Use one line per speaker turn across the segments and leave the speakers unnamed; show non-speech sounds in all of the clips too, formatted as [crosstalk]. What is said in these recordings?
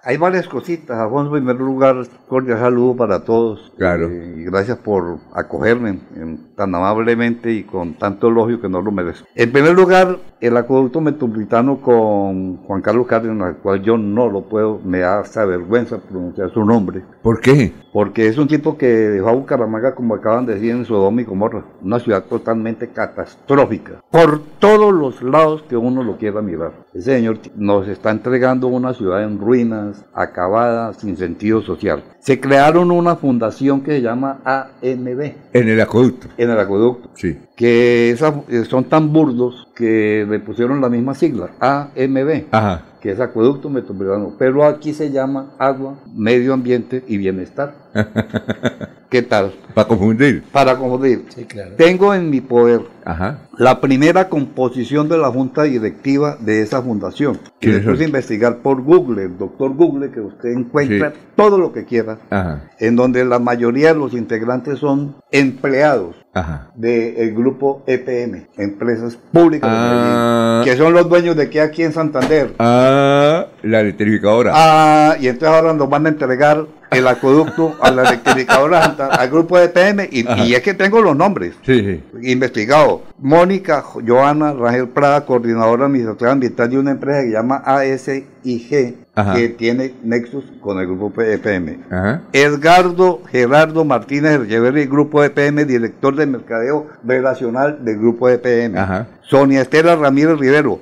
Hay varias cositas, Alfonso. En primer lugar, cordial saludo para todos.
Claro.
Eh, y gracias por acogerme en- tan amablemente y con tanto elogio que no lo merezco. En primer lugar, el acueducto metropolitano con Juan Carlos Cárdenas, al cual yo no lo puedo, me da hasta vergüenza pronunciar su nombre,
¿Por qué?
porque es un tipo que dejó a Bucaramanga, como acaban de decir, en Sodoma y Gomorra, una ciudad totalmente catastrófica, por todos los lados que uno lo quiera mirar. Ese señor nos está entregando una ciudad en ruinas, acabada, sin sentido social. Se crearon una fundación que se llama AMB
En el acueducto.
en el acueducto,
Sí.
que esas- eh, son tan burdos que le pusieron la misma sigla, AMB
Ajá.
que es acueducto metropolitano, pero aquí se llama agua, medio ambiente y
[laughs]
bienestar. ¿Qué tal?
Para confundir.
Para confundir,
Sí, claro.
tengo en mi poder
Ajá.
la primera composición de la junta directiva de esa fundación. Y
¿Quiénes
me puse
son?
a investigar por Google, el doctor Google, que usted encuentra
Sí.
todo lo que quiera,
Ajá.
en donde la mayoría de los integrantes son empleados
Ajá.
del grupo EPM, Empresas Públicas
Ah.
de Medellín, que son los dueños de que aquí en Santander,
Ah, la electrificadora.
Ah, y entonces ahora nos van a entregar el acueducto a la electrificadora, Santa- al grupo de PM, y, y es que tengo los nombres
Sí, sí.
investigado. Mónica Joana Rangel Prada, coordinadora administrativa ambiental de una empresa que se llama ASIG,
Ajá.
que tiene nexos con el grupo E EPM.
Ajá.
Edgardo Gerardo Martínez Echeverri, Grupo EPM, director de Mercadeo Relacional del Grupo EPM.
Ajá.
Sonia Estela Ramírez Rivero,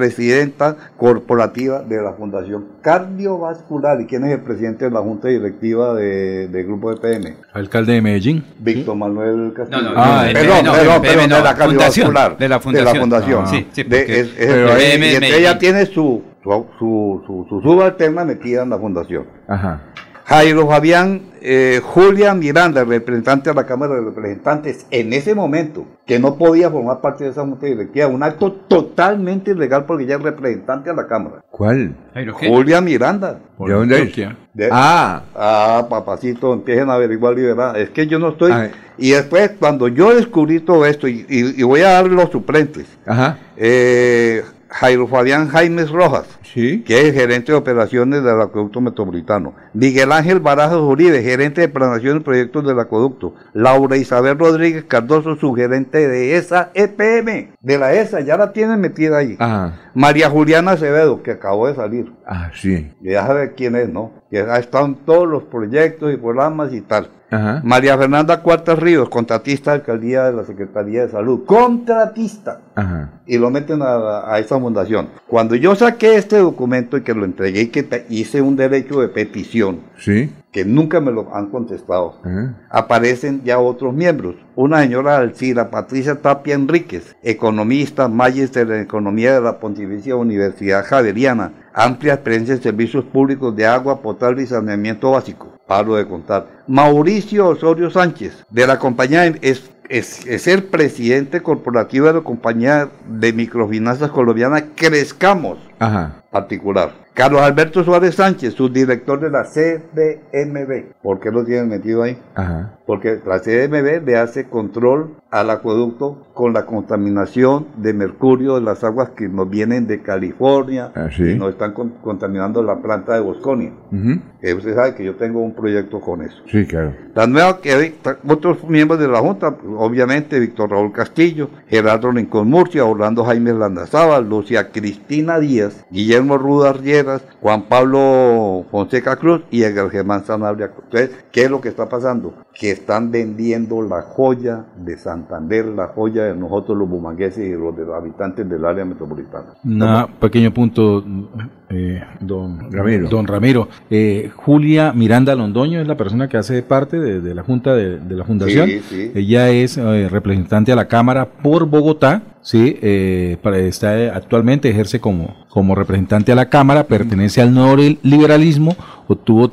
vicepresidenta corporativa de la Fundación Cardiovascular. ¿Y quién es el presidente de la Junta Directiva de- del Grupo EPM?
Alcalde de Medellín.
Víctor Manuel Castillo.
No, no,
Ah,
no,
perdón,
no,
perdón,
no,
perdón,
no,
de la
fundación,
cardiovascular.
de la fundación.
fundación.
Ah.
Sí, sí,
De-
porque-
es- es-
pero
es-
ahí-
y entonces
Medellín.
ella tiene su, su, su, su, su subalterna metida en la fundación.
Ajá.
Jairo Fabián, eh, Julia Miranda, representante de la Cámara de Representantes, en ese momento, que no podía formar parte de esa junta directiva, un acto totalmente ilegal porque ella es representante de la Cámara.
¿Cuál?
Jairo, ¿qué?
Julia Miranda.
¿De dónde es?
Antioquia.
de-
Ah,
Ah, papacito, empiecen a averiguar y verán. Es que yo no estoy.
Ay.
Y después, cuando yo descubrí todo esto, y, y- y voy a dar los suplentes:
ajá.
eh, Jairo Fabián Jaimes Rojas,
Sí.
que es gerente de operaciones del acueducto metropolitano. Miguel Ángel Barajas Uribe, gerente de planación y proyectos del acueducto. Laura Isabel Rodríguez Cardoso, subgerente de esa EPM, de la ESA, ya la tienen metida ahí.
Ajá.
María Juliana Acevedo, que acabó de salir.
Ah, sí.
Ya sabe quién es, ¿no? Que ha estado en todos los proyectos y programas y tal.
Ajá.
María Fernanda Cuartas Ríos, contratista de alcaldía de la Secretaría de Salud. Contratista.
Ajá.
Y lo meten a, a esa fundación. Cuando yo saqué este documento y que lo entregué y que te- hice un derecho de petición,
Sí.
que nunca me lo han contestado,
Ajá.
aparecen ya otros miembros. Una señora Alcira Patricia Tapia Enríquez, economista, magíster en economía de la Pontificia Universidad Javeriana, amplia experiencia en servicios públicos de agua potable y saneamiento básico. Paro de contar. Mauricio Osorio Sánchez, de la compañía es, es, es el presidente corporativo de la compañía de microfinanzas colombiana Crezcamos
Ajá.
particular. Carlos Alberto Suárez Sánchez, subdirector de la CDMB. ¿Por qué lo tienen metido ahí?
Ajá.
Porque la CDMB le hace control al acueducto con la contaminación de mercurio de las aguas que nos vienen de California
Ah, sí.
y nos están con- contaminando la planta de Bosconia.
Ujú.
Eh, usted sabe que yo tengo un proyecto con eso.
Sí, claro.
La nueva que hay, tra- otros miembros de la Junta, obviamente Víctor Raúl Castillo, Gerardo Rincón Murcia, Orlando Jaime Landazábal, Lucia Cristina Díaz, Guillermo Rudas Rieras, Juan Pablo Fonseca Cruz y Edgar Germán Sanabria Cruz. Entonces, ¿qué es lo que está pasando? Que están vendiendo la joya de Santander, la joya de nosotros los bumangueses y los, de los habitantes del área metropolitana.
Una pequeño punto, eh, don
Ramiro.
Don Ramiro. Eh, Julia Miranda Londoño es la persona que hace parte de, de la Junta de, de la Fundación.
Sí, sí.
Ella es eh, representante a la Cámara por Bogotá. Sí, eh, para, está, eh, actualmente ejerce como, como representante a la Cámara, pertenece al neoliberalismo, obtuvo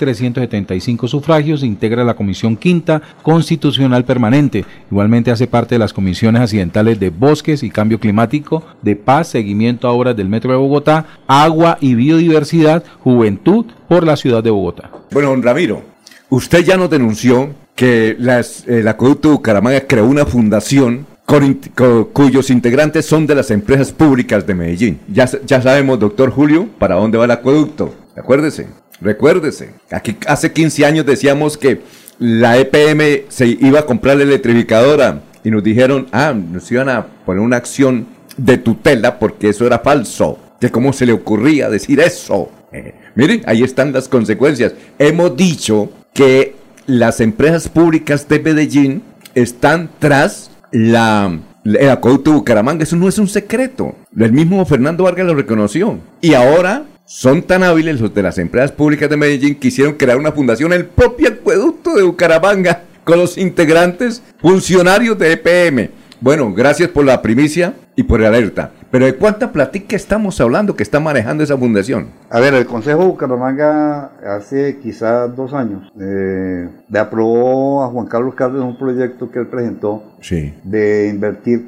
39.375 sufragios, integra la Comisión Quinta Constitucional Permanente. Igualmente hace parte de las comisiones accidentales de Bosques y Cambio Climático, de Paz, Seguimiento a Obras del Metro de Bogotá, Agua y Biodiversidad, Juventud por la Ciudad de Bogotá.
Bueno, don Ramiro, usted ya nos denunció que las, eh, el acueducto de Bucaramanga creó una fundación con int- co- cuyos integrantes son de las empresas públicas de Medellín. Ya, sa- ya sabemos, doctor Julio, para dónde va el acueducto. Recuérdese, recuérdese. Aquí hace 15 años decíamos que la EPM se iba a comprar la electrificadora y nos dijeron, ah, nos iban a poner una acción de tutela porque eso era falso. Que cómo se le ocurría decir eso. Eh, miren, ahí están las consecuencias. Hemos dicho que las empresas públicas de Medellín están tras la el acueducto de Bucaramanga. Eso no es un secreto. El mismo Fernando Vargas lo reconoció. Y ahora son tan hábiles los de las empresas públicas de Medellín que hicieron crear una fundación, el propio acueducto de Bucaramanga, con los integrantes funcionarios de EPM. Bueno, gracias por la primicia y por la alerta. Pero ¿de cuánta platica estamos hablando que está manejando esa fundación?
A ver, el Consejo de Bucaramanga hace quizás dos años eh, le aprobó a Juan Carlos Cárdenas un proyecto que él presentó
Sí.
de invertir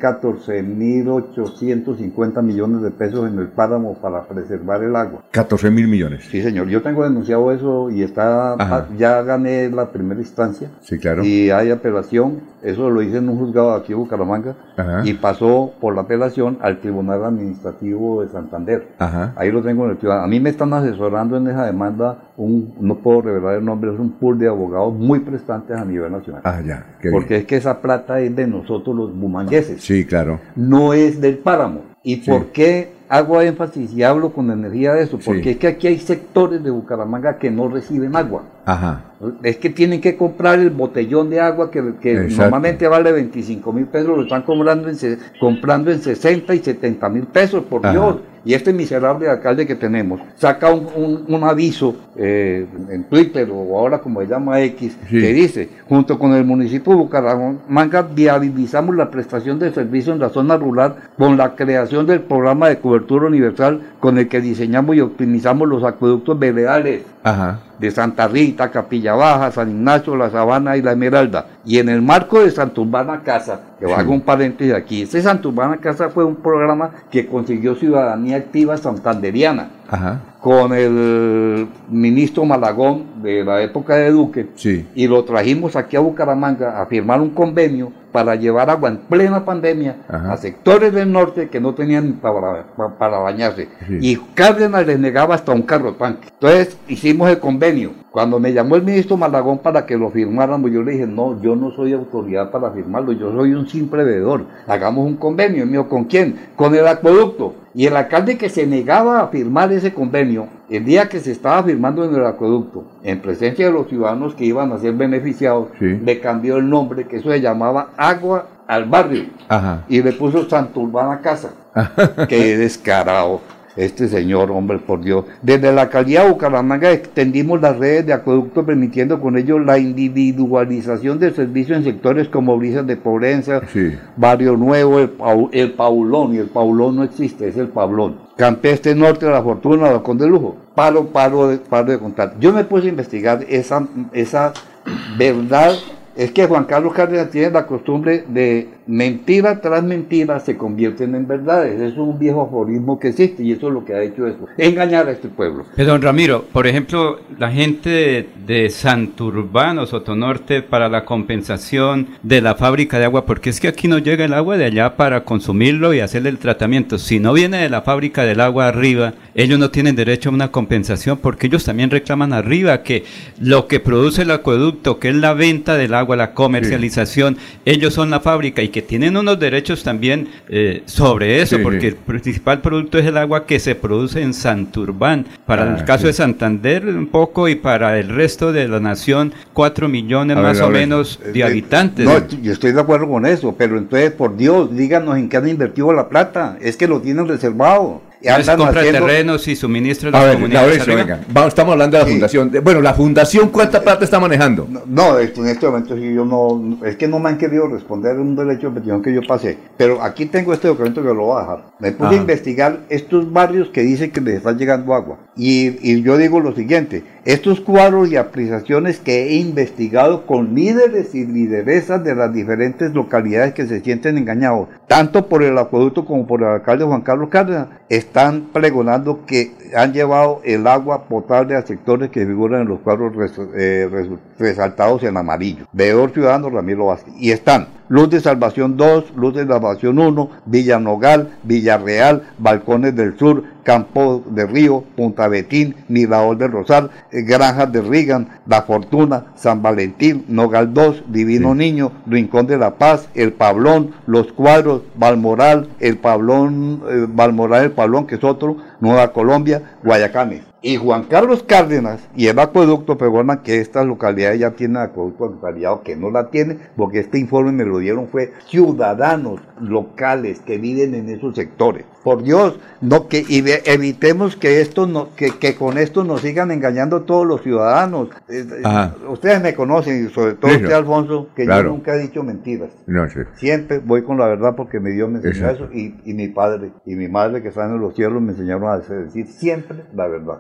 14.850 millones de pesos en el páramo para preservar el agua.
14 mil millones.
Sí, señor, yo tengo denunciado eso y está ah,
Ajá.
ya gané la primera instancia
Sí, claro.
y hay apelación. Eso lo hice en un juzgado aquí en Bucaramanga
Ajá.
y pasó por la apelación al Tribunal Administrativo de Santander.
Ajá.
Ahí lo tengo en el tribunal. A mí me están asesorando en esa demanda, un, no puedo revelar el nombre, es un pool de abogados muy prestantes a nivel nacional.
Ah, ya. qué bien.
porque es que esa plata es de nosotros los bumangueses,
Sí, claro.
no es del páramo. ¿Y
Sí.
por qué hago énfasis y hablo con energía de eso? Porque
Sí.
es que aquí hay sectores de Bucaramanga que no reciben agua.
Ajá.
Es que tienen que comprar el botellón de agua que, que
Exacto.
normalmente vale 25 mil pesos, lo están cobrando en, se- comprando en 60 y 70 mil pesos, por
Ajá.
Dios. Y este miserable alcalde que tenemos saca un, un- un aviso eh, en Twitter o ahora como se llama X,
Sí.
que dice, junto con el municipio de Bucaramanga viabilizamos la prestación de servicios en la zona rural con la creación del programa de cobertura universal con el que diseñamos y optimizamos los acueductos veredales
Ajá.
de Santa Rita, Capilla Baja, San Ignacio, La Sabana y La Esmeralda. Y en el marco de Santurbana Casa, que
Sí.
hago un paréntesis aquí, este Santurbana Casa fue un programa que consiguió ciudadanía activa santanderiana
Ajá.
con el ministro Malagón de la época de Duque
Sí.
y lo trajimos aquí a Bucaramanga a firmar un convenio para llevar agua en plena pandemia
Ajá.
a sectores del norte que no tenían ni para, pa- para bañarse.
Sí.
Y Cárdenas les negaba hasta un carro tanque. Entonces hicimos el convenio. Cuando me llamó el ministro Malagón para que lo firmáramos, yo le dije, no, yo no soy autoridad para firmarlo, yo soy un simple veedor. Hagamos un convenio. Y me dijo, ¿con quién? Con el acueducto. Y el alcalde que se negaba a firmar ese convenio, el día que se estaba firmando en el acueducto, en presencia de los ciudadanos que iban a ser beneficiados,
Sí.
le cambió el nombre, que eso se llamaba Agua al Barrio
Ajá.
y le puso Santurbana Casa. Qué descarado. Este señor, hombre, por Dios. Desde la alcaldía de Bucaramanga extendimos las redes de acueducto, permitiendo con ello la individualización del servicio en sectores como Brisas de Pobreza,
Sí.
Barrio Nuevo, el, Pau- el Paulón, y el Paulón no existe, es el Pablón. Campeste Norte, La Fortuna, Balcón de Lujo. Paro, paro, de, paro de contar. Yo me puse a investigar esa, esa verdad. Es que Juan Carlos Cárdenas tiene la costumbre de mentira tras mentira se convierten en verdades. Eso es un viejo aforismo que existe y eso es lo que ha hecho eso. Engañar a este pueblo.
Eh, Don Ramiro, por ejemplo, la gente de, de Santurbano, Sotonorte, para la compensación de la fábrica de agua, porque es que aquí no llega el agua de allá para consumirlo y hacerle el tratamiento. Si no viene de la fábrica del agua arriba, ellos no tienen derecho a una compensación porque ellos también reclaman arriba que lo que produce el acueducto, que es la venta del agua, la comercialización, ellos son la fábrica y que tienen unos derechos también eh, sobre eso,
Sí,
porque
sí.
el principal producto es el agua que se produce en Santurbán. Para
Ah,
el caso
sí.
de Santander un poco y para el resto de la nación 4 millones
A ver,
más o
Laurencio,
menos de
Eh,
habitantes.
No, yo estoy de acuerdo con eso, pero entonces, por Dios, díganos en qué han invertido la plata. Es que lo tienen reservado. Y
Ellos
andan
compran
haciendo-
terrenos y suministran
A
las
ver,
comunidades
Laurencio,
arriba.
venga. Vamos, estamos hablando de la
Sí.
fundación. De- Bueno, la fundación, ¿cuánta plata está manejando?
No, no, en este momento sí yo no, es que no me han querido responder un derecho de petición que yo pasé, pero aquí tengo este documento que lo voy a dejar. Me puse
Ajá.
a investigar estos barrios que dicen que les está llegando agua. Y, y yo digo lo siguiente, estos cuadros y aplicaciones que he investigado con líderes y lideresas de las diferentes localidades que se sienten engañados, tanto por el acueducto como por el alcalde Juan Carlos Cárdenas, están pregonando que han llevado el agua potable a sectores que figuran en los cuadros res- eh, res- resaltados en amarillo. Veedor Ciudadano Ramiro Vázquez. Y están Luz de Salvación 2, Luz de Salvación 1, Villanogal, Villarreal, Balcones del Sur, Campo de Río, Punta Betín, Mirador del Rosal, eh, Granjas de Rigan, La Fortuna, San Valentín, Nogal 2, Divino Niño, Rincón de la Paz, El Pablón, Los Cuadros, Balmoral, El Pablón, eh, Balmoral, El Pablón, que es otro, Nueva Colombia, Guayacanes. Y Juan Carlos Cárdenas y el acueducto, perdonan que estas localidades ya tienen acueducto actualizado, que no la tienen, porque este informe me lo dieron fue ciudadanos locales que viven en esos sectores. Por Dios, no que y ve- evitemos que esto no, que, que con esto nos sigan engañando todos los ciudadanos. Eh, eh,
Ajá.
Ustedes me conocen, y sobre todo
Sí,
usted,
señor.
Alfonso, que
Claro.
yo nunca he dicho mentiras.
No, sí.
Siempre voy con la verdad porque mi Dios me enseñó
Exacto.
eso y, y mi padre y mi madre que están en los cielos me enseñaron a decir siempre la verdad.